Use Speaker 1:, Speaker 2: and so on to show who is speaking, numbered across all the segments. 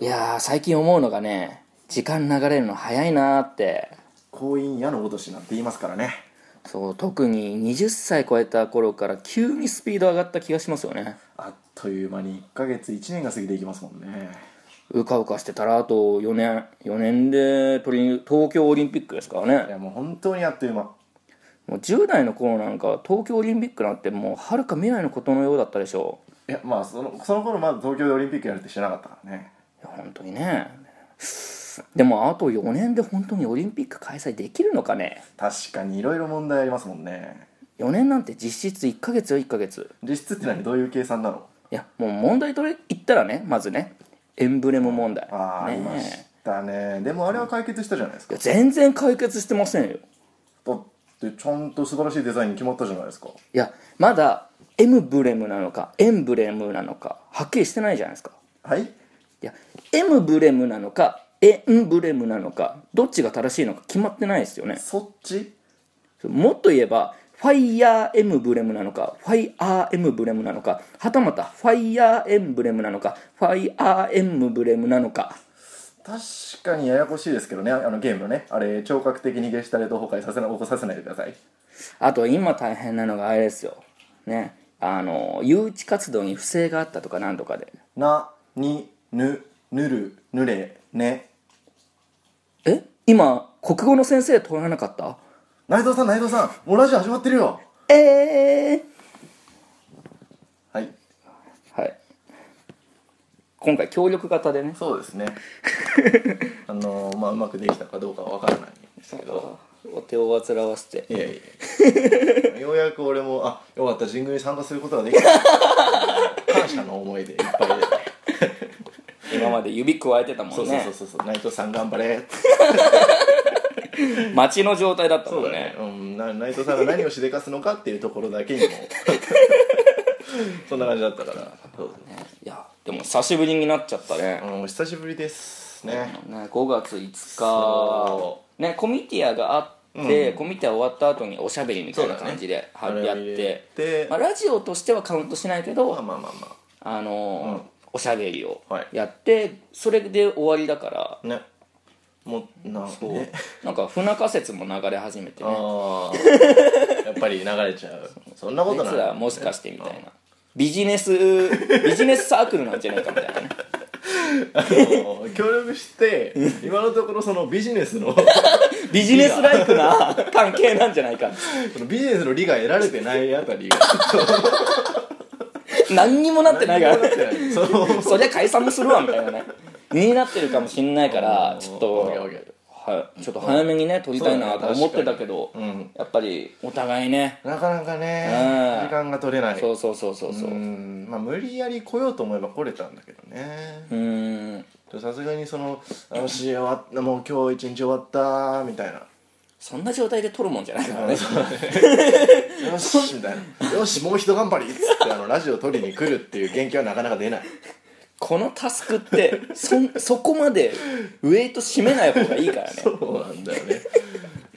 Speaker 1: いやー最近思うのがね時間流れるの早いなーって
Speaker 2: 婚姻矢のごとしなんて言いますからね
Speaker 1: そう特に20歳超えた頃から急にスピード上がった気がしますよね
Speaker 2: あっという間に1ヶ月1年が過ぎていきますもんね
Speaker 1: うかうかしてたらあと4年4年で取り東京オリンピックですから
Speaker 2: い
Speaker 1: ね
Speaker 2: やもう本当にあっという間
Speaker 1: もう10代の頃なんかは東京オリンピックなんてもうはるか未来のことのようだったでしょう
Speaker 2: いやまあそのその頃まだ東京でオリンピックやるって知らなかったからね
Speaker 1: いや本当にねでもあと4年で本当にオリンピック開催できるのかね
Speaker 2: 確かにいろいろ問題ありますもんね
Speaker 1: 4年なんて実質1ヶ月よ1ヶ月
Speaker 2: 実質って何どういう計算なの
Speaker 1: いやもう問題とれ言ったらねまずねエンブレム問題
Speaker 2: ああ、ありまし
Speaker 1: ね
Speaker 2: たねでもあれは解決したじゃないです
Speaker 1: えい
Speaker 2: か
Speaker 1: や全然解決してませんよ
Speaker 2: だってちゃんと素晴らしいデザインに決まったじゃないですか
Speaker 1: いやまだエムブレムなのかエンブレムなのかはっきりしてないじゃないですか
Speaker 2: はい
Speaker 1: いやエムブレムなのかエンブレムなのかどっちが正しいのか決まってないですよね
Speaker 2: そっち
Speaker 1: もっと言えばファイヤーエムブレムなのかファイアーエムブレムなのかはたまたファイヤーエンブレムなのかファイアーエムブレムなのか
Speaker 2: 確かにややこしいですけどねあのゲームのねあれ聴覚的にゲシュタレト崩壊させな起こさせないでください
Speaker 1: あと今大変なのがあれですよねあの誘致活動に不正があったとかなんとかで
Speaker 2: なにぬぬるぬれね
Speaker 1: え今国語の先生通らなかった
Speaker 2: 内藤さん内藤さんもうラジオ始まってるよ
Speaker 1: ええ
Speaker 2: はい
Speaker 1: ー、はい今回協力型でね
Speaker 2: そうですね あのまあうまくできたかどうかは分からないんですけど
Speaker 1: お手を煩わせて
Speaker 2: いやいやようやく俺もあよかった神宮に参加することができた 感謝の思いでいっぱいで
Speaker 1: 今まで指くわえてたもんね
Speaker 2: そうそうそうそうそう内藤さん頑張れ
Speaker 1: 街の状態だった
Speaker 2: そ
Speaker 1: も
Speaker 2: うんだ
Speaker 1: ね
Speaker 2: ね、うん、な内藤さんが何をしでかすのかっていうところだけ にもそんな感じだったからそう
Speaker 1: いやでも久しぶりになっちゃったね,、
Speaker 2: うん、お久しぶりですね
Speaker 1: ね5月5
Speaker 2: そ
Speaker 1: 日ねコミティアがあって、コミティア終わった後におしゃべりみたいな感じで、は
Speaker 2: そう
Speaker 1: やっ
Speaker 2: だねあれを入れ
Speaker 1: て
Speaker 2: て
Speaker 1: まあ、ラジオとしてはカウントしないけど、
Speaker 2: まあまあまあま
Speaker 1: あのー
Speaker 2: うん
Speaker 1: おしゃべりを
Speaker 2: はい
Speaker 1: やって、それで終わりだから
Speaker 2: あねもうな
Speaker 1: こう
Speaker 2: ね
Speaker 1: なんか不仲説も流れ始めてね
Speaker 2: ああやっぱり流れちゃうそんな
Speaker 1: あ
Speaker 2: こ
Speaker 1: い
Speaker 2: と
Speaker 1: つ
Speaker 2: ない
Speaker 1: らもしかしてみたいなビジネス ビジネスサークルなんじゃないかみたいなね
Speaker 2: あの協力して今のところそのビジネスの
Speaker 1: ビジネスライクな関係なんじゃないか
Speaker 2: そのビジネスの利が得られてないあたりが
Speaker 1: 何にもなってないから
Speaker 2: 何にもなってないその
Speaker 1: そりゃ解散もするわみたいな ね身になってるかもしんないから
Speaker 2: うん
Speaker 1: ちょっ
Speaker 2: オッケーオ
Speaker 1: と
Speaker 2: ッケー
Speaker 1: はいちょっと早めにね撮りたいなと思ってたけど
Speaker 2: そうだね確かにうん
Speaker 1: やっぱりお互いね
Speaker 2: なかなかね
Speaker 1: うん
Speaker 2: 時間が取れない
Speaker 1: そうそうそうそうそう
Speaker 2: う
Speaker 1: うん
Speaker 2: まあ無理やり来ようと思えば来れたんだけどね
Speaker 1: ーん
Speaker 2: さすがにその「よし終わったもう今日一日終わった」みたいな
Speaker 1: そんな状態で撮るもんじゃないからね
Speaker 2: 「よし」みたいな「よしもう一頑張り」っつってあのラジオ撮りに来るっていう元気はなかなか出ない
Speaker 1: このタスクってそん そこまでウエイト締めない方がいいからね
Speaker 2: そうなんだよね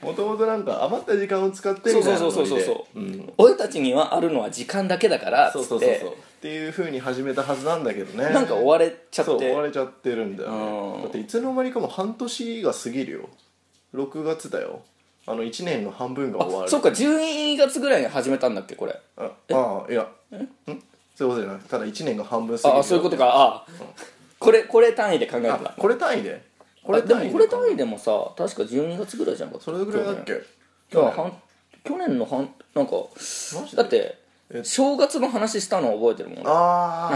Speaker 2: もともとなんか余った時間を使って
Speaker 1: そ
Speaker 2: み
Speaker 1: う
Speaker 2: た
Speaker 1: そ
Speaker 2: いうな
Speaker 1: そうそうそうそ
Speaker 2: ノ
Speaker 1: う、
Speaker 2: リで
Speaker 1: 俺たちにはあるのは時間だけだからっ
Speaker 2: そう
Speaker 1: つ
Speaker 2: そう
Speaker 1: っ
Speaker 2: そう
Speaker 1: て
Speaker 2: そうっていうふうに始めたはずなんだけどね
Speaker 1: なんか追われちゃっ
Speaker 2: そう追わ
Speaker 1: て
Speaker 2: れちゃってるんだよ
Speaker 1: う
Speaker 2: ね
Speaker 1: ん
Speaker 2: だっていつの間にかもう半年が過ぎるよ6月だよあの1年の半分が終わ
Speaker 1: あ
Speaker 2: る
Speaker 1: そうか12月ぐらいに始めたんだっけこれ
Speaker 2: あああいやんそういうことじゃなくてただ1年が半分過ぎる
Speaker 1: ああそういうことかああこれこれ単位で考えてた
Speaker 2: あこれ単位でこ
Speaker 1: これ
Speaker 2: れ
Speaker 1: で
Speaker 2: 単
Speaker 1: も
Speaker 2: 位
Speaker 1: これ単位でもさ確か12月ぐらいじゃなかった
Speaker 2: それぐらいだっけ
Speaker 1: 去年半去年の半なんか
Speaker 2: マジで
Speaker 1: だって正月の話したの覚えてるもんなんか
Speaker 2: あ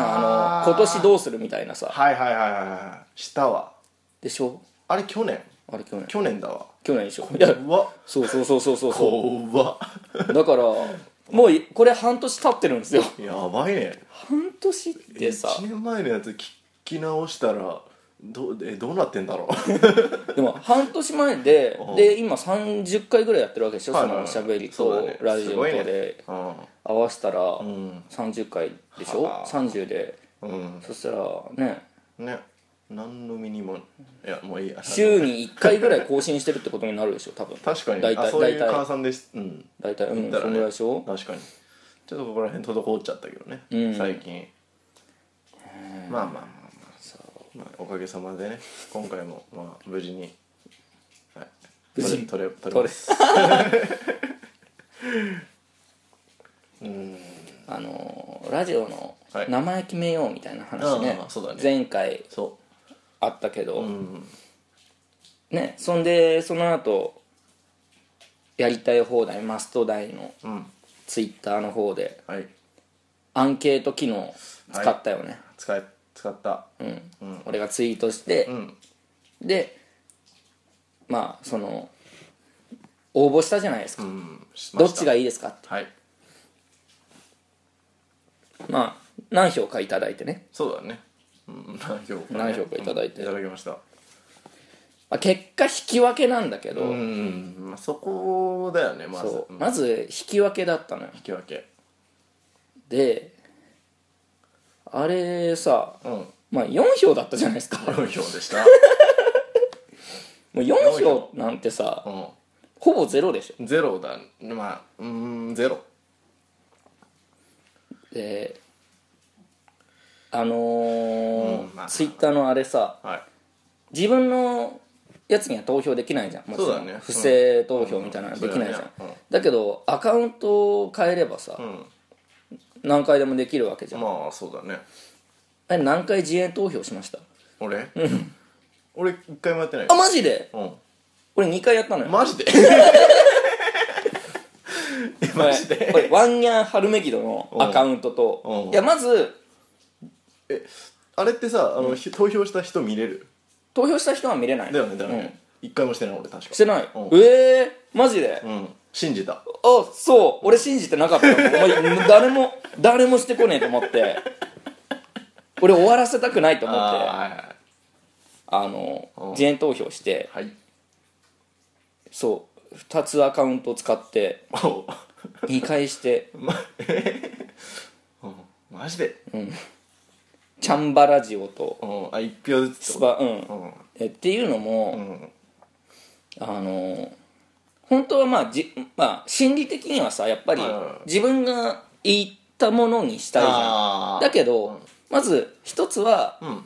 Speaker 1: あ
Speaker 2: ー
Speaker 1: の今年どうするみたいなさ
Speaker 2: はいはいはいはいはいしたわ
Speaker 1: でしょ
Speaker 2: あれ去年
Speaker 1: あれ去年
Speaker 2: 去年だわ
Speaker 1: 去年でしょいや
Speaker 2: うわ
Speaker 1: そうそうそうそうそうそ
Speaker 2: 怖
Speaker 1: うだからもういこれ半年経ってるんですよ
Speaker 2: やばいね
Speaker 1: 半年ってさ
Speaker 2: 1年前のやつ聞き直したらどえどうなってんだろう
Speaker 1: でも半年前で
Speaker 2: うん
Speaker 1: で今30回ぐらいやってるわけでしょ
Speaker 2: は
Speaker 1: そ
Speaker 2: いはいは
Speaker 1: の
Speaker 2: い
Speaker 1: おしゃべり
Speaker 2: そうだ
Speaker 1: と
Speaker 2: ね
Speaker 1: ラジオと
Speaker 2: すごいね
Speaker 1: で合わせたら
Speaker 2: ん
Speaker 1: 30回でしょ
Speaker 2: はあ
Speaker 1: 30で
Speaker 2: うん、
Speaker 1: そしたらね
Speaker 2: うん、ね何の身にもいやもういいや
Speaker 1: 週に1回ぐらい更新してるってことになるでしょ多分
Speaker 2: 確かに
Speaker 1: 大体
Speaker 2: あそういう
Speaker 1: 大体
Speaker 2: 換算ですうん
Speaker 1: 大体うん
Speaker 2: だ
Speaker 1: そ
Speaker 2: から
Speaker 1: ん
Speaker 2: ね
Speaker 1: ぐらいでしょ
Speaker 2: 確かにちょっとここら辺滞っちゃったけどね、
Speaker 1: うん
Speaker 2: 最近まあまあまあまあまあおかげさまでね今回もまあ無事に、はい、
Speaker 1: 無事に
Speaker 2: 取れ取れ
Speaker 1: 取
Speaker 2: ま
Speaker 1: れ
Speaker 2: す
Speaker 1: あのーラジオの
Speaker 2: はい
Speaker 1: 名前決めようみたいな話ね,、
Speaker 2: ああそうだね
Speaker 1: 前回
Speaker 2: そ
Speaker 1: あったけど、
Speaker 2: ううん
Speaker 1: ねそんでその後やりたい放題マスト台の
Speaker 2: うん
Speaker 1: ツイッターの方で
Speaker 2: はい
Speaker 1: アンケート機能使ったよね、
Speaker 2: 使え使った
Speaker 1: うん
Speaker 2: うん
Speaker 1: 俺がツイートして
Speaker 2: う、ん
Speaker 1: でまあその応募したじゃないですか、
Speaker 2: うんしま
Speaker 1: ど
Speaker 2: し
Speaker 1: ったちがいいですかって
Speaker 2: はい
Speaker 1: まあ何票かいただいてね、
Speaker 2: そうだねうん何票か、ね、
Speaker 1: 何票かいただいて
Speaker 2: うんいただきました
Speaker 1: まあ、結果引き分けなんだけど、
Speaker 2: うん、まあ、そこだよねまず
Speaker 1: そう
Speaker 2: うん
Speaker 1: まず引き分けだったのよ
Speaker 2: 引き分け
Speaker 1: であれさ
Speaker 2: うん
Speaker 1: まあ4票だったじゃないですか
Speaker 2: 4票でした
Speaker 1: もう4票なんてさ
Speaker 2: う
Speaker 1: ほぼゼロでし
Speaker 2: んゼロだまあうんゼロ
Speaker 1: ょであのー
Speaker 2: うんまあ
Speaker 1: ツイッターのあれさ
Speaker 2: はい
Speaker 1: 自分のやつには投票できないじゃんもちろん
Speaker 2: そうだね
Speaker 1: 不正投票みたいなの
Speaker 2: うん
Speaker 1: できないじゃん、
Speaker 2: そうだね
Speaker 1: だけどアカウントを変えればさ、
Speaker 2: う
Speaker 1: 何回でもできるわけじゃ
Speaker 2: ん
Speaker 1: ん、
Speaker 2: まあそうだね
Speaker 1: え何回自営投票しました
Speaker 2: 俺俺一回もやってない
Speaker 1: あマジで
Speaker 2: う
Speaker 1: 俺2回やったのよ
Speaker 2: んマジでマジで
Speaker 1: これこれワンニャンハルメギドのアカウント
Speaker 2: うんう
Speaker 1: とい
Speaker 2: ん
Speaker 1: やまず
Speaker 2: え あれってさあの、ひ投票した人見れる
Speaker 1: 投票した人は見れない
Speaker 2: だよねだよ
Speaker 1: うん
Speaker 2: ね一、回もしてない俺確か
Speaker 1: してない
Speaker 2: うん、
Speaker 1: ええマジで
Speaker 2: うん、信じた
Speaker 1: あそう俺信じてなかったのお前誰も誰もしてこねえと思って俺終わらせたくないと思ってあ
Speaker 2: あ
Speaker 1: の
Speaker 2: うん
Speaker 1: 自演投票して
Speaker 2: ーはいはい
Speaker 1: そう2つアカウントを使って
Speaker 2: はいおう
Speaker 1: 2回して
Speaker 2: まうんマジで、
Speaker 1: チャンバラジオと
Speaker 2: うん、あ一票ずつっ
Speaker 1: ス
Speaker 2: てこ
Speaker 1: パうん
Speaker 2: とうん
Speaker 1: えっていうのも、
Speaker 2: うん
Speaker 1: あの本当はまあじ、まあ、心理的にはさやっぱり
Speaker 2: はいはいはい
Speaker 1: 自分が言ったものにしたいじゃ
Speaker 2: あ
Speaker 1: ん
Speaker 2: ー
Speaker 1: だけど、まず一つは
Speaker 2: うん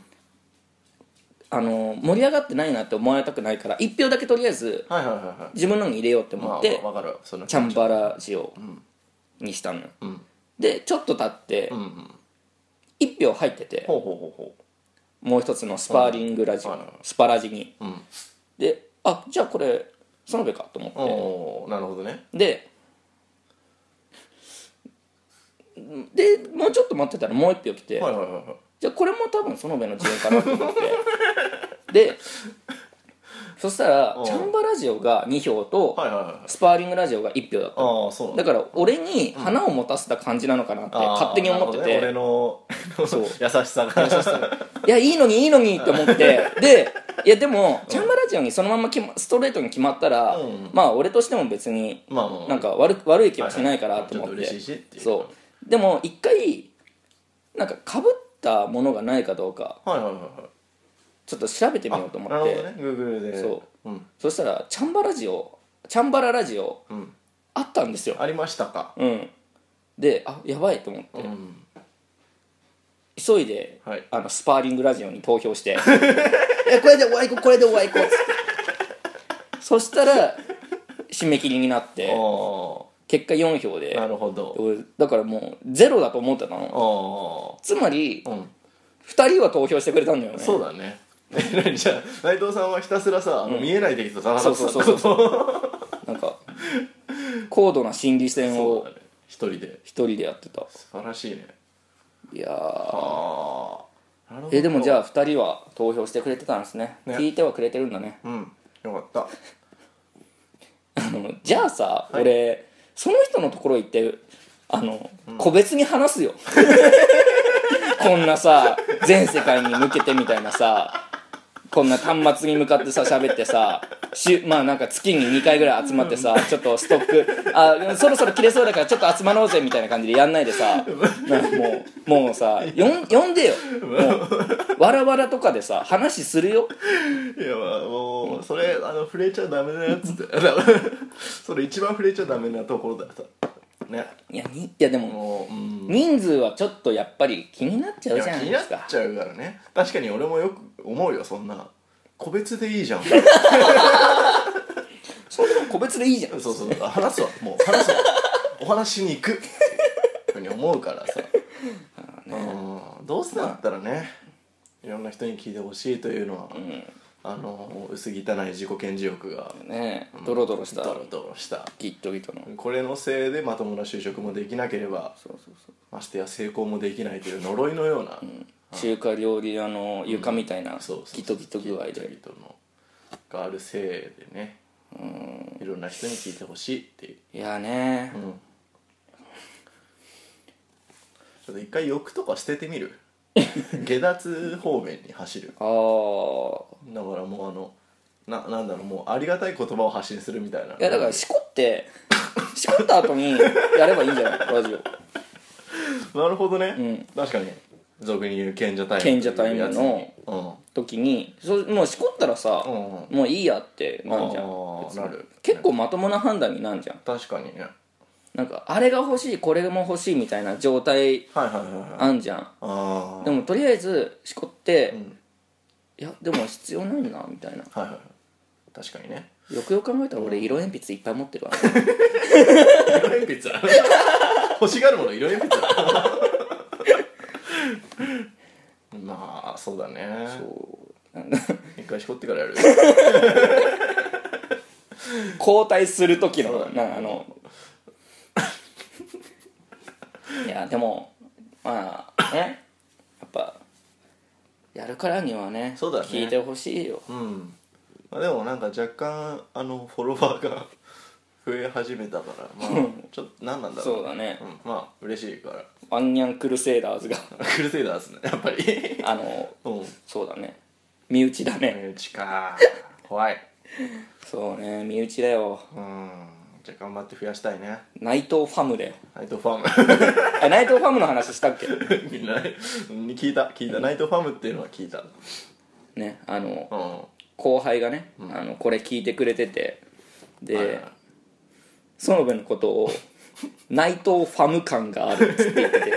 Speaker 1: あの盛り上がってないなって思われたくないから1票だけとりあえず
Speaker 2: はいはいはいはい
Speaker 1: 自分のに入れようって思
Speaker 2: ま
Speaker 1: っ
Speaker 2: あ
Speaker 1: て、
Speaker 2: わかるその
Speaker 1: チャンバラジオにしたのよ、
Speaker 2: うん
Speaker 1: でちょっと経って
Speaker 2: うんうん
Speaker 1: 1票入ってて、
Speaker 2: ほうほうほうほ
Speaker 1: もう一つのスパーリングラジオ、
Speaker 2: はいはいはい
Speaker 1: スパラジに
Speaker 2: ううん
Speaker 1: であじゃあこれそのべかと思って、
Speaker 2: おおなるほどね
Speaker 1: ででもうちょっと待ってたらもう一票来て、
Speaker 2: はいはいはいはい
Speaker 1: じゃあこれも多分園部の自演かなと思ってでそしたら
Speaker 2: うん
Speaker 1: チャンバラジオが2票と
Speaker 2: はいはいはいはい
Speaker 1: スパーリングラジオが1票だった
Speaker 2: ああそうなん
Speaker 1: だから俺に花を持たせた感じなのかなって
Speaker 2: あー
Speaker 1: 勝手に思って
Speaker 2: なるほどね
Speaker 1: て、
Speaker 2: 俺の
Speaker 1: そう
Speaker 2: 優し さが
Speaker 1: いやいいのにいいのにって思 ってでいやでもチャンバラジオにそのまま決まストレートに決まったら、
Speaker 2: うん
Speaker 1: まあ俺としても別に
Speaker 2: まあまあ
Speaker 1: なんか悪く悪い気はしないからと思って、
Speaker 2: はいはいちょっと嬉しいしっていう
Speaker 1: そうでも一回なんかかぶったものがないかどうか
Speaker 2: はいはいはいはい
Speaker 1: ちょっと調べてみようと思
Speaker 2: なる
Speaker 1: って、
Speaker 2: ほどね Google で
Speaker 1: そ
Speaker 2: うん
Speaker 1: そしたらチャンバラジオチャンバララジオ
Speaker 2: うん
Speaker 1: あったんですよ
Speaker 2: ありましたか
Speaker 1: うんであやばいと思って、
Speaker 2: うん
Speaker 1: 急いで、
Speaker 2: はい
Speaker 1: あのスパーリングラジオに投票 して「いやこれで終わりここれで終わりこ」っつってそしたら締め切りになって
Speaker 2: あ
Speaker 1: 結果4票
Speaker 2: あな
Speaker 1: で
Speaker 2: るほど
Speaker 1: 俺だからもうゼロだと思ってたの
Speaker 2: あ
Speaker 1: つまり
Speaker 2: あうん
Speaker 1: 2人は投票してくれたんだよね
Speaker 2: そうだね え何じゃあ内藤さんはひたすらさあの見えない敵と戦っ
Speaker 1: そ
Speaker 2: てた
Speaker 1: う
Speaker 2: っ
Speaker 1: そ
Speaker 2: てこ
Speaker 1: う
Speaker 2: と
Speaker 1: そうそう なんか高度な心理戦
Speaker 2: そう
Speaker 1: を
Speaker 2: だね一人で
Speaker 1: 一人でやってた
Speaker 2: 素晴らしいね
Speaker 1: いやー
Speaker 2: ああなるほど
Speaker 1: えでもじゃあ2人は投票してくれてたんですね
Speaker 2: ね
Speaker 1: 聞いてはくれてるんだね
Speaker 2: うんよかった
Speaker 1: あのじゃあさ、俺その人のところ行ってあの、個別に話すよ こんなさ全世界に向けてみたいなさこんな端末に向かってさ喋ってさしまあなんか月に2回ぐらい集まってさ、ちょっとストックあそろそろ切れそうだからちょっと集まろうぜみたいな感じでやんないでさなんかもうもうさよん呼んでよもうわらわらとかでさ話するよ
Speaker 2: いやまあもうそれあの触れちゃダメなやつだ それ一番触れちゃダメなところだよさね
Speaker 1: いやにいやでも
Speaker 2: もううん
Speaker 1: 人数はちょっとやっぱり気になっちゃ
Speaker 2: いうや
Speaker 1: じゃな
Speaker 2: 気
Speaker 1: い
Speaker 2: に
Speaker 1: で
Speaker 2: なっ
Speaker 1: すか
Speaker 2: ちゃうからね確かに俺もよく思うよそんな個別でいいじゃ ん
Speaker 1: それでも個別でいいじゃん
Speaker 2: そうそう話すわも う話すわお話しに行くっていうふうに思うから さ、うんどうせだったらねいろんな人に聞いてほしいというのは、あの薄汚い自己顕示欲が
Speaker 1: ねドロドロした
Speaker 2: ドロドロした
Speaker 1: ギットギットの
Speaker 2: これのせいでまともな就職もできなければ
Speaker 1: そうそうそう
Speaker 2: ましてや成功もできないという呪いのような、
Speaker 1: 中華料理屋の床みたいな
Speaker 2: そうそう
Speaker 1: ギトギト具合
Speaker 2: ギトギ
Speaker 1: で
Speaker 2: トのがあるせいでね
Speaker 1: うん
Speaker 2: いろんな人に聞いてほしいっていう、
Speaker 1: いやね
Speaker 2: うん、ちょっと一回欲とか捨てて みる下脱方面に走る
Speaker 1: ああ
Speaker 2: だからもうあのななんだろうもうありがたい言葉を発信するみたいない
Speaker 1: いやだからしこってしこった後にやればいいんじゃないラジオ
Speaker 2: なるほどね、
Speaker 1: うん
Speaker 2: 確かに俗に言う賢者タイム
Speaker 1: 賢者タイム
Speaker 2: というや
Speaker 1: の時にそもうしこったらさ、
Speaker 2: つにうん、うん、
Speaker 1: もういいやってなんじゃ
Speaker 2: あ
Speaker 1: ん
Speaker 2: ー
Speaker 1: 別に
Speaker 2: なる
Speaker 1: 結構まともな判断になんじゃん
Speaker 2: 確かにね
Speaker 1: なんかあれが欲しいこれも欲しいみたいな状態
Speaker 2: はいはいはいはい
Speaker 1: あんじゃん
Speaker 2: あ
Speaker 1: でもとりあえずしこって、
Speaker 2: ん
Speaker 1: いやでも必要ないなみたいな
Speaker 2: あはいはいはい確かにね
Speaker 1: よくよく考えたら俺色鉛筆いっぱい持ってる わ
Speaker 2: 色鉛筆 欲しがるもの色鉛筆 まあそうだね
Speaker 1: そうなんだ
Speaker 2: 一回しこってからや る
Speaker 1: 交代する時
Speaker 2: そう
Speaker 1: の
Speaker 2: だね
Speaker 1: なあのいやでもまあねやっぱやるからにはね
Speaker 2: そうだね
Speaker 1: 聞いてほしいよ
Speaker 2: うん、まあ、でもなんか若干あのフォロワーが 増え始めたからま あちょっと何なんだろう
Speaker 1: そうだね
Speaker 2: ん、まあ嬉しいから
Speaker 1: ワンニャンクルセイダーズが
Speaker 2: クルセイダーですねやっぱり
Speaker 1: あの
Speaker 2: うん
Speaker 1: そうだね身内だね
Speaker 2: 身内か怖い
Speaker 1: そうね身内だよ
Speaker 2: うんじゃあ頑張って増やしたいね
Speaker 1: 内藤ファムだよ
Speaker 2: ナイトファーム
Speaker 1: あ内藤ファムの話したっけ
Speaker 2: みんなねうん聞いた聞いたナイトファームっていうのは聞いた
Speaker 1: ねあの
Speaker 2: うん
Speaker 1: 後輩がね、あのこれ聞いてくれててで、
Speaker 2: はいはい
Speaker 1: 園部のこと を内藤ファム感があるっつって言って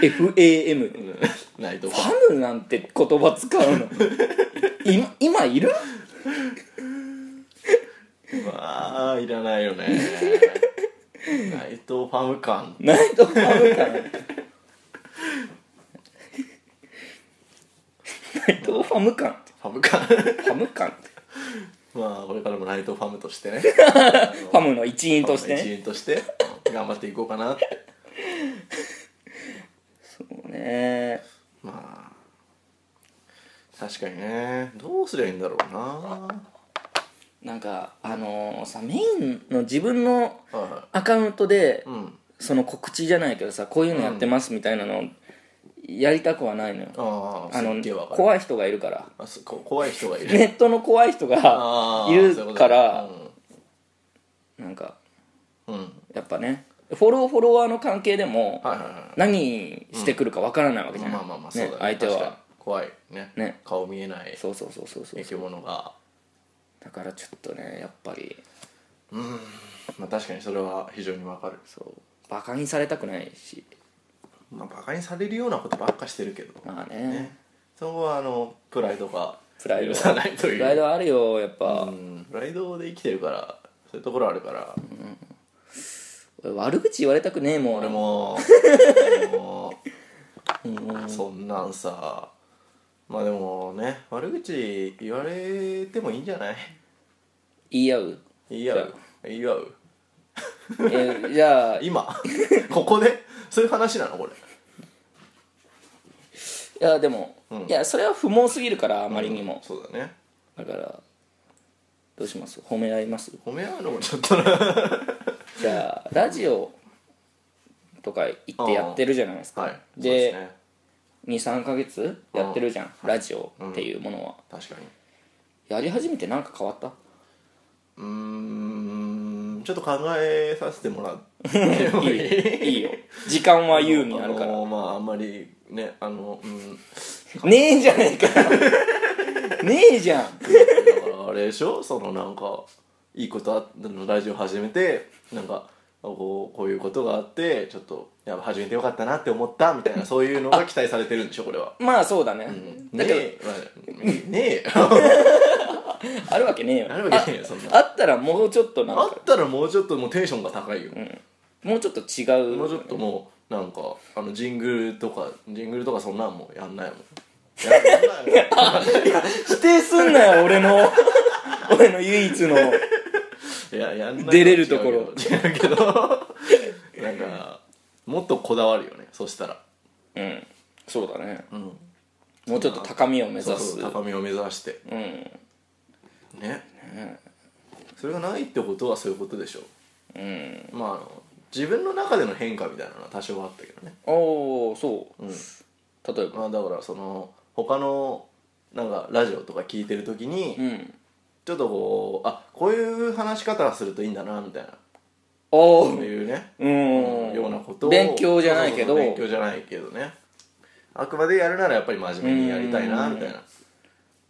Speaker 1: て FAM フ
Speaker 2: うんないと思
Speaker 1: ァムなんて言葉使うの今今いる
Speaker 2: うまあいらないよね内藤ファム感
Speaker 1: 内藤ファム 感内藤ファム感って
Speaker 2: ファム感
Speaker 1: ファム感って
Speaker 2: まあこれからも内藤ファムとしてね
Speaker 1: ファムの一員としてね
Speaker 2: 一員として頑張っていこうかなって
Speaker 1: そうね
Speaker 2: まあ確かにねどうすりゃいいんだろうなは
Speaker 1: なんかあのーさメインの自分の
Speaker 2: いは
Speaker 1: アカウントで
Speaker 2: いうん
Speaker 1: その告知じゃないけどさこういうのやってますみたいなのやりたくはないのよ、
Speaker 2: ああ
Speaker 1: あ
Speaker 2: すっげえ
Speaker 1: の
Speaker 2: わかる
Speaker 1: 怖い人がいるから
Speaker 2: あすこ怖い人がいる
Speaker 1: ネットの怖 い人が
Speaker 2: あ あ
Speaker 1: いるから
Speaker 2: そういうこ
Speaker 1: なんか
Speaker 2: とねうんうん
Speaker 1: やっぱねフォローフォロワーの関係でも
Speaker 2: はいはいは
Speaker 1: 何してくるかわからないわけ
Speaker 2: い
Speaker 1: じゃない、
Speaker 2: まあまあまあそうだね
Speaker 1: 相手
Speaker 2: 確かに
Speaker 1: は
Speaker 2: 怖いね
Speaker 1: ね
Speaker 2: 顔見えない
Speaker 1: そうそうそうそうそう
Speaker 2: 生き物が
Speaker 1: だからちょっとねやっぱり
Speaker 2: まあ確かにそれは非常にわかる
Speaker 1: そうバカにされたくないし
Speaker 2: まあバカにされるようなことばっかしてるけど
Speaker 1: まあね
Speaker 2: ねそこはあのプライドが
Speaker 1: プライド
Speaker 2: 許さないという
Speaker 1: プライドはあるよやっぱ、
Speaker 2: うんプライドで生きてるからそういうところあるから
Speaker 1: 俺悪口言われたくねえもん
Speaker 2: 俺ももうそんなんさまあでもね悪口言われてもいいんじゃない
Speaker 1: 言い合う
Speaker 2: 言い合う言い合う
Speaker 1: えじゃあ い
Speaker 2: 今ここでそういう話なのこれ
Speaker 1: やでも、
Speaker 2: うん
Speaker 1: いやそれは不毛すぎるからあまりにも、
Speaker 2: そうだね
Speaker 1: だからどうします褒め合います
Speaker 2: 褒め合うのもちょっとな はい
Speaker 1: じゃあラジオとか行ってやってるじゃないですか、
Speaker 2: そう
Speaker 1: です
Speaker 2: ね
Speaker 1: 23ヶ月やってるじゃん、ラジオっていうものは、
Speaker 2: 確かに
Speaker 1: やり始めて何か変わった
Speaker 2: うーんちょっと考えさせてもらってもいい
Speaker 1: いいよ時間は優にあるから
Speaker 2: のまああんまりねあのうん
Speaker 1: ねえじゃねえかねえじゃん
Speaker 2: だからあれでしょそのなんかいいことあったのラジオ始めてなんかこうこういうことがあってちょっとやっぱ始めてよかったなって思ったみたいなそ ういうのが期待されてるんでしょこれは、
Speaker 1: まあそうだね、
Speaker 2: うん、
Speaker 1: だ
Speaker 2: ね
Speaker 1: けど
Speaker 2: え、まあ ねえ
Speaker 1: あるわけねえよ
Speaker 2: あるわけねえよそん な
Speaker 1: ああったらもうちょっとなん
Speaker 2: あ
Speaker 1: か
Speaker 2: ったらもうちょっともうテンションが高いよ、
Speaker 1: もうちょっと違う
Speaker 2: もうちょっともうなんかあのジングルとかジングルとかそんなんもうやんないもんややんないもん
Speaker 1: 否定すんな よ俺の俺の唯一の
Speaker 2: いややんない
Speaker 1: 出れるところ
Speaker 2: 違うけどなんかもっとこだわるよねそしたら
Speaker 1: うんそうだね、
Speaker 2: ん
Speaker 1: もうちょっと高みを目指す
Speaker 2: そうそう高みを目指して
Speaker 1: うん
Speaker 2: ねそれがないってことはそういうことでしょ
Speaker 1: うん
Speaker 2: まああの自分の中での変化みたいなのは多少はあったけどね、
Speaker 1: おおそう、
Speaker 2: うん
Speaker 1: 例えば
Speaker 2: まあ、だからその他のなんかラジオとか聞いてる時に、
Speaker 1: うん
Speaker 2: ちょっとこうあこういう話し方するといいんだなみたいな
Speaker 1: お
Speaker 2: そう
Speaker 1: ー
Speaker 2: いうね、
Speaker 1: うん
Speaker 2: ようなことを
Speaker 1: 勉強じゃないけど
Speaker 2: そうそうそう勉強じゃないけどねあくまでやるならやっぱり真面目にやりたいな
Speaker 1: うん
Speaker 2: みたいな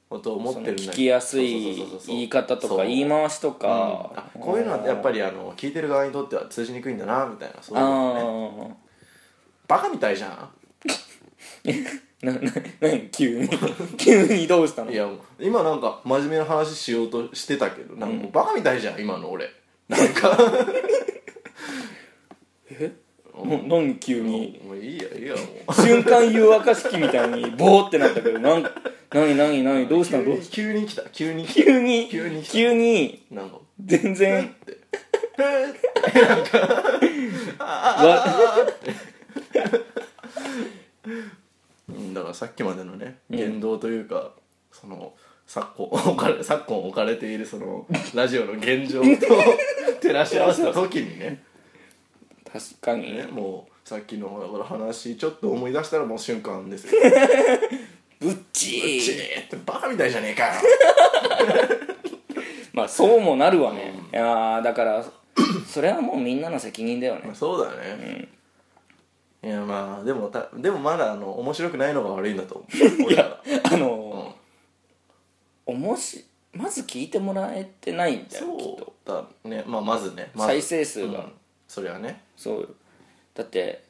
Speaker 2: ことを思ってるんだけど
Speaker 1: 聞きやす
Speaker 2: そうそうそう
Speaker 1: い
Speaker 2: そう
Speaker 1: 言い方とか言い
Speaker 2: そう
Speaker 1: 回しと
Speaker 2: うん
Speaker 1: か
Speaker 2: あこういうのはやっぱりあの聞いてる側にとっては通じにくいんだなみたいなそういうことね
Speaker 1: あ
Speaker 2: バカみたいじゃ
Speaker 1: あ なな何急に 急にどうした
Speaker 2: ん
Speaker 1: の
Speaker 2: いやもう今なんか真面目な話しようとしてたけどなんかもうバカみたいじゃん今の俺なんか
Speaker 1: うん何急
Speaker 2: も
Speaker 1: に
Speaker 2: うもういいやいいやもう
Speaker 1: 瞬間誘惑式みたいにボーってなったけどなんか何何何どうしたのどうし
Speaker 2: 急に急に来た急に来
Speaker 1: た急に
Speaker 2: 急に来た
Speaker 1: 急に
Speaker 2: たなんか
Speaker 1: 全然
Speaker 2: ってふーって
Speaker 1: わ
Speaker 2: うんだからさっきまでのね言動というか、その昨今置かれ 昨今置かれている そのラジオの現状と照らし合わせた時にね
Speaker 1: 確かに
Speaker 2: ねもうさっきのだから話ちょっと思い出したらもう瞬間ですよ
Speaker 1: ぶっち
Speaker 2: チ
Speaker 1: ー
Speaker 2: ーってバカみたいじゃねえ かよ
Speaker 1: まあそうもなるわねいやーだからそれはもうみんなの責任だよね
Speaker 2: まあそうだね、いやまあでもたでもまだあの面白くないのが悪いんだと思 う俺らは
Speaker 1: あのーおもしまず聞いてもらえてないんだよきっと
Speaker 2: そうだねまあまずね、まず
Speaker 1: 再生数が、
Speaker 2: うんそれはね
Speaker 1: そうよだって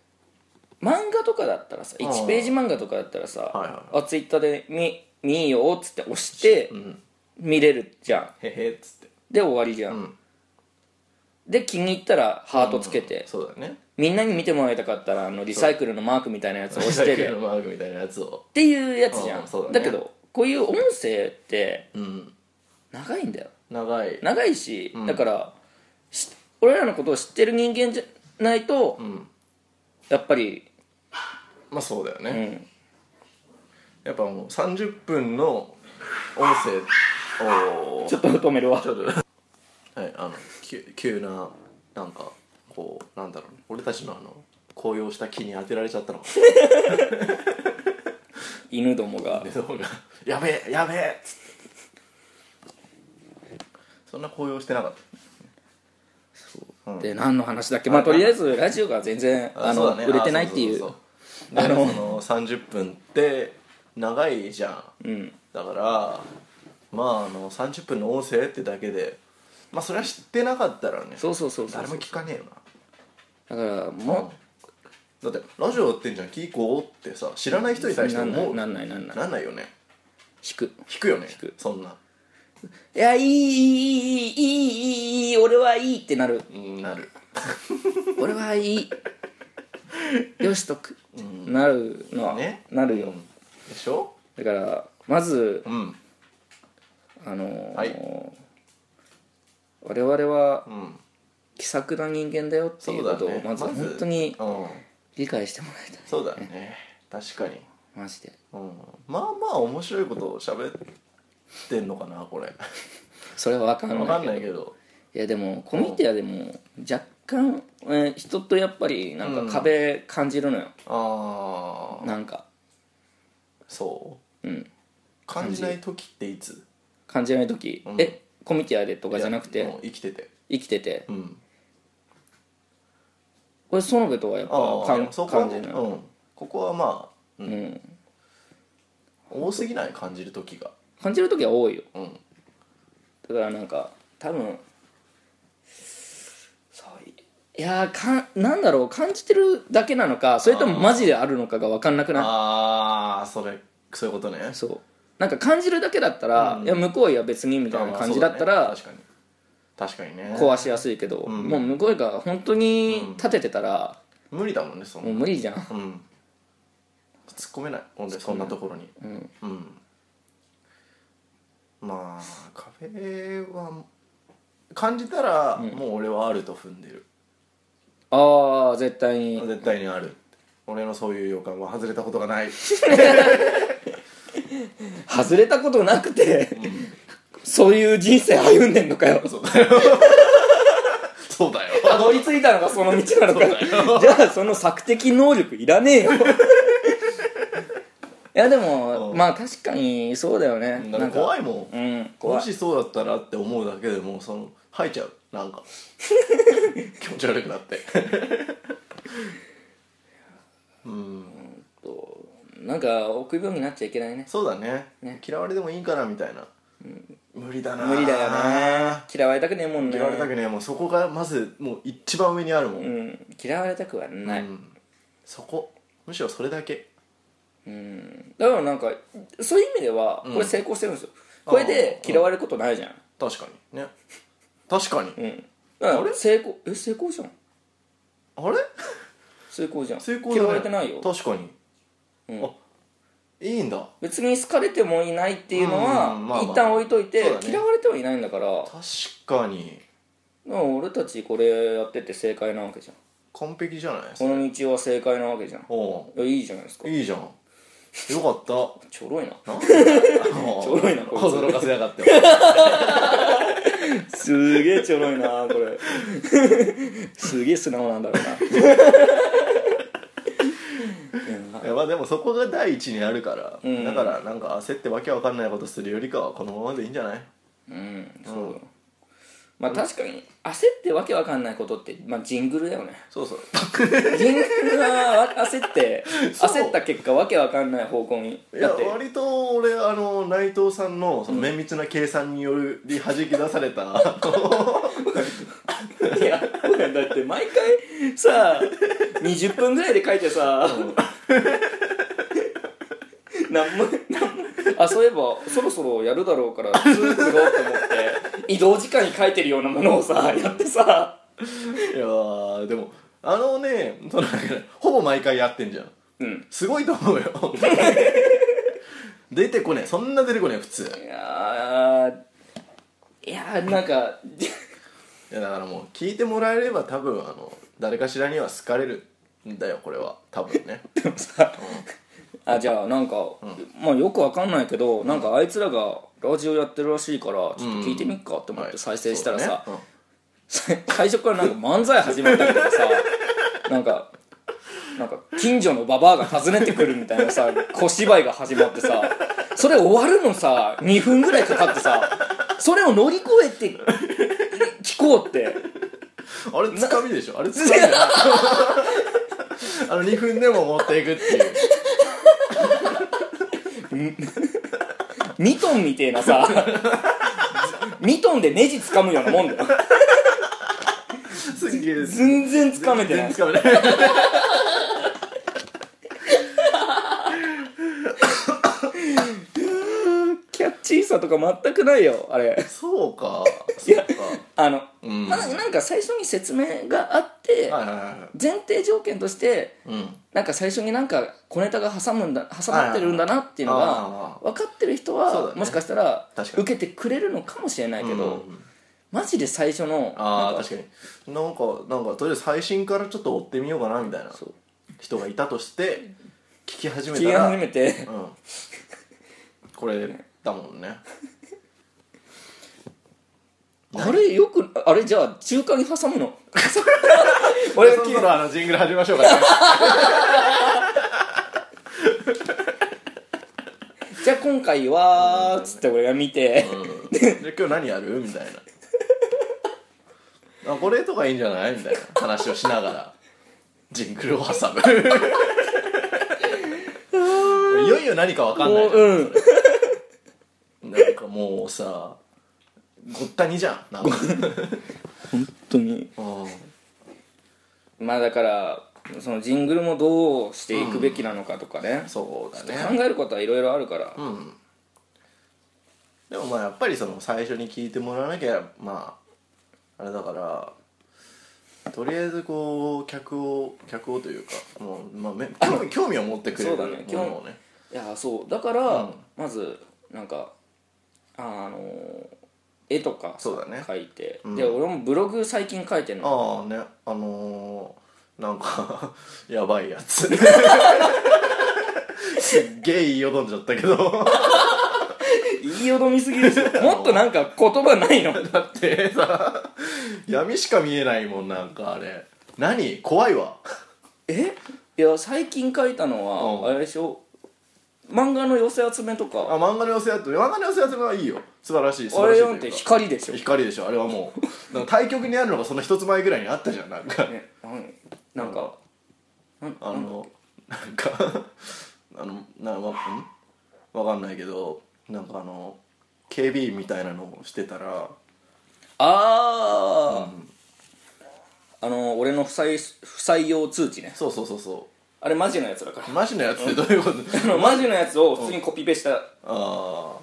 Speaker 1: 漫画とかだったらさ
Speaker 2: ん
Speaker 1: 1ページ漫画とかだったらさ、
Speaker 2: はいは
Speaker 1: あツイッターで見「見よ」っつって押して
Speaker 2: うん
Speaker 1: 見れるじゃん
Speaker 2: へへっつって
Speaker 1: で終わりじゃん、
Speaker 2: うん
Speaker 1: で気に入ったらハートつけて、
Speaker 2: そうだね
Speaker 1: みんなに見てもらいたかったらあのリサイクルのマークみたいなやつを押して
Speaker 2: さっき
Speaker 1: る
Speaker 2: のマークみたいなやつを
Speaker 1: っていうやつじゃん、
Speaker 2: うんそうだね
Speaker 1: けどこういう音声って
Speaker 2: うん
Speaker 1: 長いんだよ
Speaker 2: 長い
Speaker 1: 長いし、だからし俺らのことを知ってる人間じゃないと、
Speaker 2: ん
Speaker 1: やっぱり
Speaker 2: まあそうだよね、
Speaker 1: うん
Speaker 2: やっぱもう30分の音声を
Speaker 1: ちょっと止めるわ
Speaker 2: ちょっと はいあの急急ななんかこうなんだろうね俺たちのあの紅葉した木に当てられちゃったの
Speaker 1: 犬どもが
Speaker 2: でどうが「やべえやべえ!」っつってそんな紅葉してなかった
Speaker 1: で何の話だっけまあとりあえずラジオが全然あ
Speaker 2: そう
Speaker 1: の、
Speaker 2: だね
Speaker 1: 売れてないってい
Speaker 2: あ
Speaker 1: う
Speaker 2: そそそで
Speaker 1: あの
Speaker 2: その30分って長いじゃん、だからまああの30分の音声ってだけでまあそれは知ってなかったらね
Speaker 1: そうそうそうそう
Speaker 2: 誰も聞かねえよ
Speaker 1: だからも
Speaker 2: なだってラジオやってんじゃん聞こうってさ知らない人に
Speaker 1: う
Speaker 2: 対して
Speaker 1: なんな
Speaker 2: 思
Speaker 1: いうなんないなんない
Speaker 2: なんないよね
Speaker 1: 引く
Speaker 2: 引くよね
Speaker 1: く
Speaker 2: そんない
Speaker 1: やいいいいいいいいいい俺はいいってなる
Speaker 2: うんなる
Speaker 1: 俺はいいよしとく、なるのは、
Speaker 2: ね
Speaker 1: なるよ
Speaker 2: でしょ
Speaker 1: だからまず
Speaker 2: うん
Speaker 1: あのー
Speaker 2: はい
Speaker 1: 我々は
Speaker 2: うん
Speaker 1: 気さくな人間だよっていうことをまず本当に
Speaker 2: うん
Speaker 1: 理解してもらいたい
Speaker 2: そうだね確かに
Speaker 1: マジで
Speaker 2: うんまあまあ面白いことを喋ってんのかなこれ
Speaker 1: それは分かんない
Speaker 2: 分かんないけど
Speaker 1: いやでもコミティアでも若干、えー人とやっぱりなんか壁感じるのよ、
Speaker 2: ああ
Speaker 1: なんか
Speaker 2: そう
Speaker 1: うん
Speaker 2: 感じない時っていつ
Speaker 1: 感じない時、えコミティアでとかじゃなく
Speaker 2: いや
Speaker 1: て
Speaker 2: もう生きてて
Speaker 1: 生きてて
Speaker 2: うん
Speaker 1: これ園部とはやっ
Speaker 2: あ
Speaker 1: ぱ
Speaker 2: あ
Speaker 1: かん
Speaker 2: そこは
Speaker 1: 感じ
Speaker 2: ね
Speaker 1: るのよ
Speaker 2: うんここはまあ、うん
Speaker 1: ん
Speaker 2: 多すぎない感じる時が
Speaker 1: 感じる時は多いよ
Speaker 2: うん
Speaker 1: だからなんか多分そういいやーかんなんだろう感じてるだけなのかそれともマジであるのかが分かんなくな
Speaker 2: ああそれそういうことね
Speaker 1: いそうなんか感じるだけだったら、いや向こういや別にみたいな感じだったら、
Speaker 2: まあそうだね確かに確かにね
Speaker 1: 壊しやすいけど、もう向こうが本当に立ててたら、
Speaker 2: 無理だもんねそん
Speaker 1: も
Speaker 2: な
Speaker 1: う無理じゃん
Speaker 2: うん突っ込めないほんでそんなところに
Speaker 1: うん
Speaker 2: うんまあカフェは感じたらもう俺はあると踏んでる
Speaker 1: ああ絶対に
Speaker 2: 絶対にある俺のそういう予感は外れたことがない
Speaker 1: 外れたことなくて、 そういう人生歩んでんのかよ
Speaker 2: そうだよ
Speaker 1: たどり着いたのがその道なのかよ じゃあその索敵能力いらねえよ いやでも、
Speaker 2: うん
Speaker 1: まあ確かにそうだよね
Speaker 2: なんか怖いもん
Speaker 1: うん怖
Speaker 2: も
Speaker 1: い
Speaker 2: しそうだったらって思うだけでもうその吐いちゃうなんか気持ち悪くなってうん
Speaker 1: となんか臆病になっちゃいけないね
Speaker 2: そうだね
Speaker 1: ね
Speaker 2: 嫌われてもいいからみたいな、無理だな
Speaker 1: 無理だよね嫌われたくねえもんね
Speaker 2: 嫌われたくねもうそこがまずもう一番上にあるもん、
Speaker 1: うん嫌われたくはない、
Speaker 2: うんそこむしろそれだけ
Speaker 1: だからなんかそういう意味ではこれ成功してるんですよ、これで
Speaker 2: あー
Speaker 1: 嫌われることないじゃん、
Speaker 2: 確かにね確かに、
Speaker 1: うんだから成功え成功じゃん
Speaker 2: あれ
Speaker 1: 成功じゃん
Speaker 2: 成功だ、ね、
Speaker 1: 嫌われてないよ
Speaker 2: 確かに、
Speaker 1: うん
Speaker 2: あいいんだ
Speaker 1: 別に好かれてもいないっていうのは、
Speaker 2: うんまあまあ
Speaker 1: 一旦置いといて、
Speaker 2: そうだね
Speaker 1: 嫌われてはいないんだからだか
Speaker 2: 確かに
Speaker 1: ら俺たちこれやってて正解なわけじゃん
Speaker 2: 完璧じゃないです
Speaker 1: こ
Speaker 2: か
Speaker 1: の道は正解なわけじゃんい
Speaker 2: お
Speaker 1: やいいじゃないですか
Speaker 2: ういいじゃんよかった
Speaker 1: ちょろいな
Speaker 2: なんだ
Speaker 1: ちょろいなこいつ
Speaker 2: 驚かせやがって
Speaker 1: すげえちょろいなこれ すげえ素直なんだろうな
Speaker 2: いやまあでもそこが第一にあるから、だからなんか焦ってわけわかんないことするよりかはこのままでいいんじゃない
Speaker 1: うんそうだよまあ確かに焦ってわけわかんないことって、まあ、ジングルだよね
Speaker 2: そうそう
Speaker 1: ジングルはわ焦 って
Speaker 2: そう
Speaker 1: 焦った結果わけわかんない方向に
Speaker 2: いや
Speaker 1: だって
Speaker 2: 割と俺あの内藤さんのその綿密な計算により弾き出され た、
Speaker 1: いやだって毎回さ20分ぐらいで書いてさ、なんもなんもあそういえばそろそろやるだろうからずーっとやろうと思って移動時間に書いてるようなものをさやってさ
Speaker 2: いやーでもあのねそのなんかねほぼ毎回やってんじゃん
Speaker 1: うん
Speaker 2: すごいと思うよ出てこねえそんな出てこねえ普通
Speaker 1: いやーいやーなんか
Speaker 2: いやだからもう聞いてもらえれば多分あの誰かしらには好かれるんだよこれは多分ね
Speaker 1: でもさあじゃあなんか、まあよくわかんないけどなんかあいつらがラジオやってるらしいからちょっと聞いてみっかって思って再生したらさ、
Speaker 2: そうだね
Speaker 1: 最初からなんか漫才始まったみたいなさなんかなんか近所のババアが訪ねてくるみたいなさ小芝居が始まってさそれ終わるのさ2分ぐらいかかってさそれを乗り越えて聞こうって
Speaker 2: うんあれつかみでしょあれつかみじゃないあの2分でも持っていくって いう
Speaker 1: 2トンみてえなさ2トンでネジ掴むようなもんだよ
Speaker 2: すげえ
Speaker 1: 全然掴めてない
Speaker 2: 全然掴めない
Speaker 1: キャッチーさとか全くないよあれ
Speaker 2: そうかそうか
Speaker 1: あの、
Speaker 2: うん
Speaker 1: まあなんか最初に説明があって、
Speaker 2: はいはいは
Speaker 1: 前提条件として
Speaker 2: いうん
Speaker 1: なんか最初になんか小ネタが挟むんだ挟まってるんだなっていうの
Speaker 2: はいはいはいあ
Speaker 1: が分かってる人
Speaker 2: そうだ
Speaker 1: は
Speaker 2: ね
Speaker 1: もしかしたら
Speaker 2: 確か
Speaker 1: 受
Speaker 2: に
Speaker 1: けてくれるのかもしれないけ
Speaker 2: うんうん
Speaker 1: ど
Speaker 2: うん
Speaker 1: マジで最初の
Speaker 2: あ
Speaker 1: な
Speaker 2: あ
Speaker 1: んか
Speaker 2: 確かになんかなんかとりあえず最新からちょっと追ってみようかなみたいな
Speaker 1: そう
Speaker 2: 人がいたとして聞き始め
Speaker 1: 聞
Speaker 2: た
Speaker 1: き
Speaker 2: ら
Speaker 1: 始めて
Speaker 2: うん、これだもんね
Speaker 1: あれよくあれじゃあ中間に挟む の 俺
Speaker 2: そ
Speaker 1: が
Speaker 2: ろ
Speaker 1: 聞い
Speaker 2: そろあのジングル始めましょうかね
Speaker 1: じゃあ今回はつって俺が見て
Speaker 2: うんで今日何やるみたいなあこれとかいいんじゃないみたいな話をしながらジングルを挟む いよいよ何か分かんな
Speaker 1: も
Speaker 2: いうじゃん
Speaker 1: うん
Speaker 2: なんかもうさ ごったにじゃんなんか
Speaker 1: 本当に
Speaker 2: うん
Speaker 1: まあだからそのジングルもどうしていくべきなのかとかね、
Speaker 2: そうだね
Speaker 1: 考えることはいろいろあるから、
Speaker 2: うんでもまあやっぱりその最初に聞いてもらわなきゃまああれだからとりあえずこう客を客をというかもう、まあ、め興味興味を持ってくれる
Speaker 1: そ
Speaker 2: も
Speaker 1: うだ
Speaker 2: の
Speaker 1: ね
Speaker 2: をね
Speaker 1: いやそうだから、
Speaker 2: うん
Speaker 1: まずなんかあの絵とか
Speaker 2: そうだね
Speaker 1: 描いて、
Speaker 2: うん
Speaker 1: で俺もブログ最近書いてんの
Speaker 2: ああねあのー、なんか やばいやつ すっげえ言いよどんじゃったけど
Speaker 1: 言いよどみすぎですよもっとなんか言葉ない の
Speaker 2: だってさ闇しか見えないもんなんかあれ何怖いわ
Speaker 1: えいや最近書いたの
Speaker 2: うん
Speaker 1: はあれでしょ漫画の寄せ集めと
Speaker 2: あ
Speaker 1: か
Speaker 2: 漫画の寄せやって漫画の寄せやってるのはいいよ素晴らしい素
Speaker 1: あ
Speaker 2: 晴ら
Speaker 1: れ
Speaker 2: しい
Speaker 1: 読ん
Speaker 2: とい
Speaker 1: で
Speaker 2: うか
Speaker 1: 光でしょ、
Speaker 2: 光でしょあれはもうなんか対局にあるのがその一つ前ぐらいにあったじゃんなんか
Speaker 1: ね、なんなんか
Speaker 2: あのなんか あのなわんわかんないけどなんかあの警備員みたいなのをしてたら
Speaker 1: ああ、あの俺の不採不採用通知ね
Speaker 2: そうそうそうそ
Speaker 1: あれマジのやつだから
Speaker 2: うマジのやつってどういうこと、
Speaker 1: あのマジのやつを普通にコピペした
Speaker 2: あ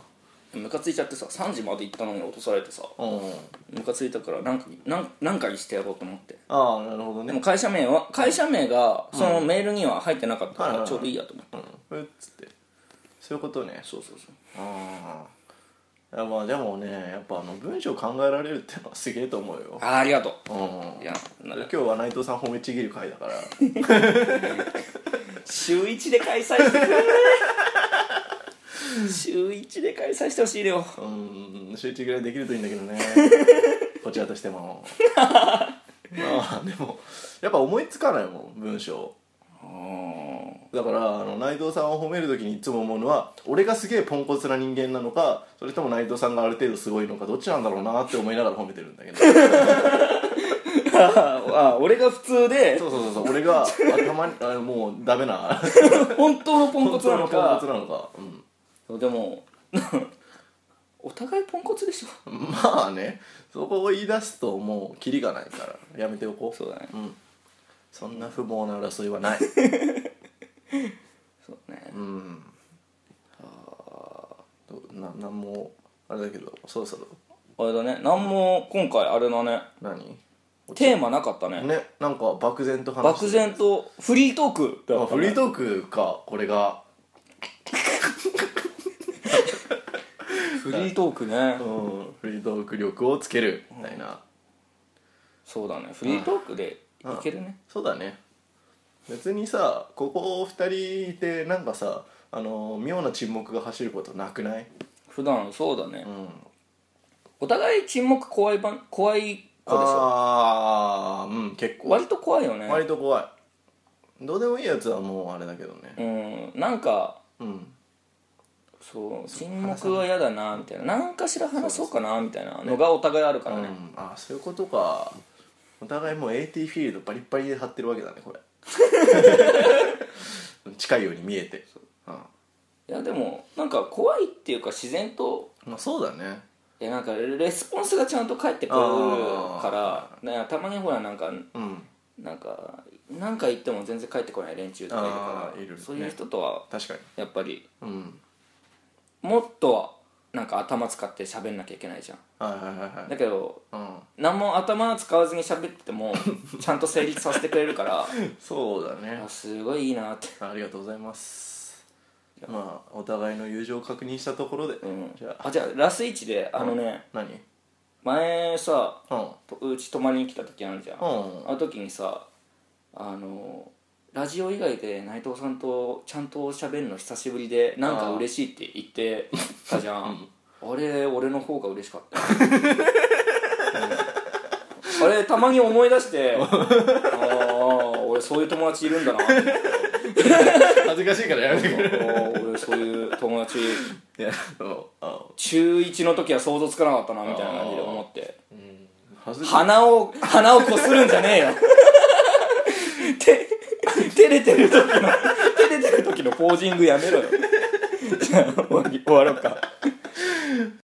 Speaker 1: ムカついちゃってさ3時まで行ったのに落とされてさ
Speaker 2: あうん
Speaker 1: ムカついたから何かになんなんかにしてやろうと思って
Speaker 2: ああなるほど
Speaker 1: で
Speaker 2: ね
Speaker 1: も会社名は会社名がそのメールには入ってなかったか
Speaker 2: はいはい
Speaker 1: ら
Speaker 2: はい
Speaker 1: ちょうどいいやと思って
Speaker 2: うんうっつってそういうことね
Speaker 1: そうそうそう
Speaker 2: ああいやまあでもねやっぱあの文章考えられるってのはすげえと思うよ
Speaker 1: あーありがと
Speaker 2: うん
Speaker 1: ういやな
Speaker 2: 今日は内藤さん褒めちぎる回だから
Speaker 1: 週1で開催してくれ週1で開催してほしいよ
Speaker 2: うん集中ぐらいできるといいんだけどねこちらとし てもまあでもやっぱ思いつかないもん文章
Speaker 1: ああ
Speaker 2: だからあの内藤さんを褒める時にいつも思うのは俺がすげえポンコツな人間なのかそれとも内藤さんがある程度すごいのかどっちなんだろうなって思いながら褒めてるんだけどそう
Speaker 1: ああ俺が普通で
Speaker 2: そうそうそう俺が頭にあもうダメな
Speaker 1: 本当のポンコツなの
Speaker 2: ポンコツ
Speaker 1: か
Speaker 2: なのか、うん
Speaker 1: でも お互いポンコツでしょ
Speaker 2: まあねそこを言い出すともうキリがないからやめておこう
Speaker 1: そうだね
Speaker 2: うんそんな不毛な争い はない
Speaker 1: そうね
Speaker 2: うんどななんもあれだけどそろそろ
Speaker 1: あれだね何も今回あれだね
Speaker 2: 何
Speaker 1: テーマなかったね
Speaker 2: ねなんか漠然と話して
Speaker 1: 漠然とフリートークだ
Speaker 2: あ
Speaker 1: ったね
Speaker 2: フリートークかこれが
Speaker 1: フリートークね
Speaker 2: うんフリートーク力をつけるみたいな、
Speaker 1: そうだねフリートークでいけるね
Speaker 2: そうだね別にさここ2人いてなんかさあの妙な沈黙が走ることなくない
Speaker 1: 普段そうだね
Speaker 2: うん
Speaker 1: お互い沈黙怖いばん怖い子でしょ
Speaker 2: ああうん結構
Speaker 1: 割と怖いよね
Speaker 2: 割と怖いどうでもいいやつはもうあれだけどね
Speaker 1: うんなんか
Speaker 2: うん
Speaker 1: そう沈黙は嫌だなみたいな何かしら話そうかなみたいなのがお互いあるか
Speaker 2: う
Speaker 1: ら
Speaker 2: ん、
Speaker 1: ね
Speaker 2: あーそういうことかお互いもう AT フィールドバリッバリで張ってるわけだねこ れ近いように見えてうん
Speaker 1: いやでもなんか怖いっていうか自然と
Speaker 2: まあそうだね
Speaker 1: いやなんかレスポンスがちゃんと返ってくるからねたまにほらなんか
Speaker 2: うん
Speaker 1: なんかなんか言っても全然帰ってこない連中とかいるか
Speaker 2: あ
Speaker 1: ら
Speaker 2: ーいるね
Speaker 1: そういう人とは
Speaker 2: 確かに
Speaker 1: やっぱり
Speaker 2: うん
Speaker 1: もっとはなんか頭使って喋んなきゃいけないじゃん
Speaker 2: はいはいはい
Speaker 1: だけど
Speaker 2: はい、
Speaker 1: 何も頭使わずに喋って もちゃんと成立させてくれるから
Speaker 2: うん、そうだね
Speaker 1: あすごいいいなって
Speaker 2: ありがとうございますまあお互いの友情を確認したところで、
Speaker 1: うん
Speaker 2: じゃあ
Speaker 1: あじゃあラス1であのね
Speaker 2: 何うん
Speaker 1: 前さ
Speaker 2: うん
Speaker 1: とうち泊まりに来た時あるじゃん
Speaker 2: うん
Speaker 1: あの時にさあのラジオ以外で内藤さんとちゃんと喋るの久しぶりでなんか嬉しいって言ってたじゃんあれ俺の方が嬉しかった、うんあれたまに思い出してああ俺そういう友達いるんだな
Speaker 2: 恥ずかしいからやめてくれ
Speaker 1: あー俺そういう友達
Speaker 2: いやあのあ
Speaker 1: 中1の時は想像つかなかったなみたいな感じで思って
Speaker 2: 恥ずかしい
Speaker 1: 鼻を鼻をこするんじゃねえよ て照れてる時の照れてる時のポージングやめろよじゃあ終わり終わろうか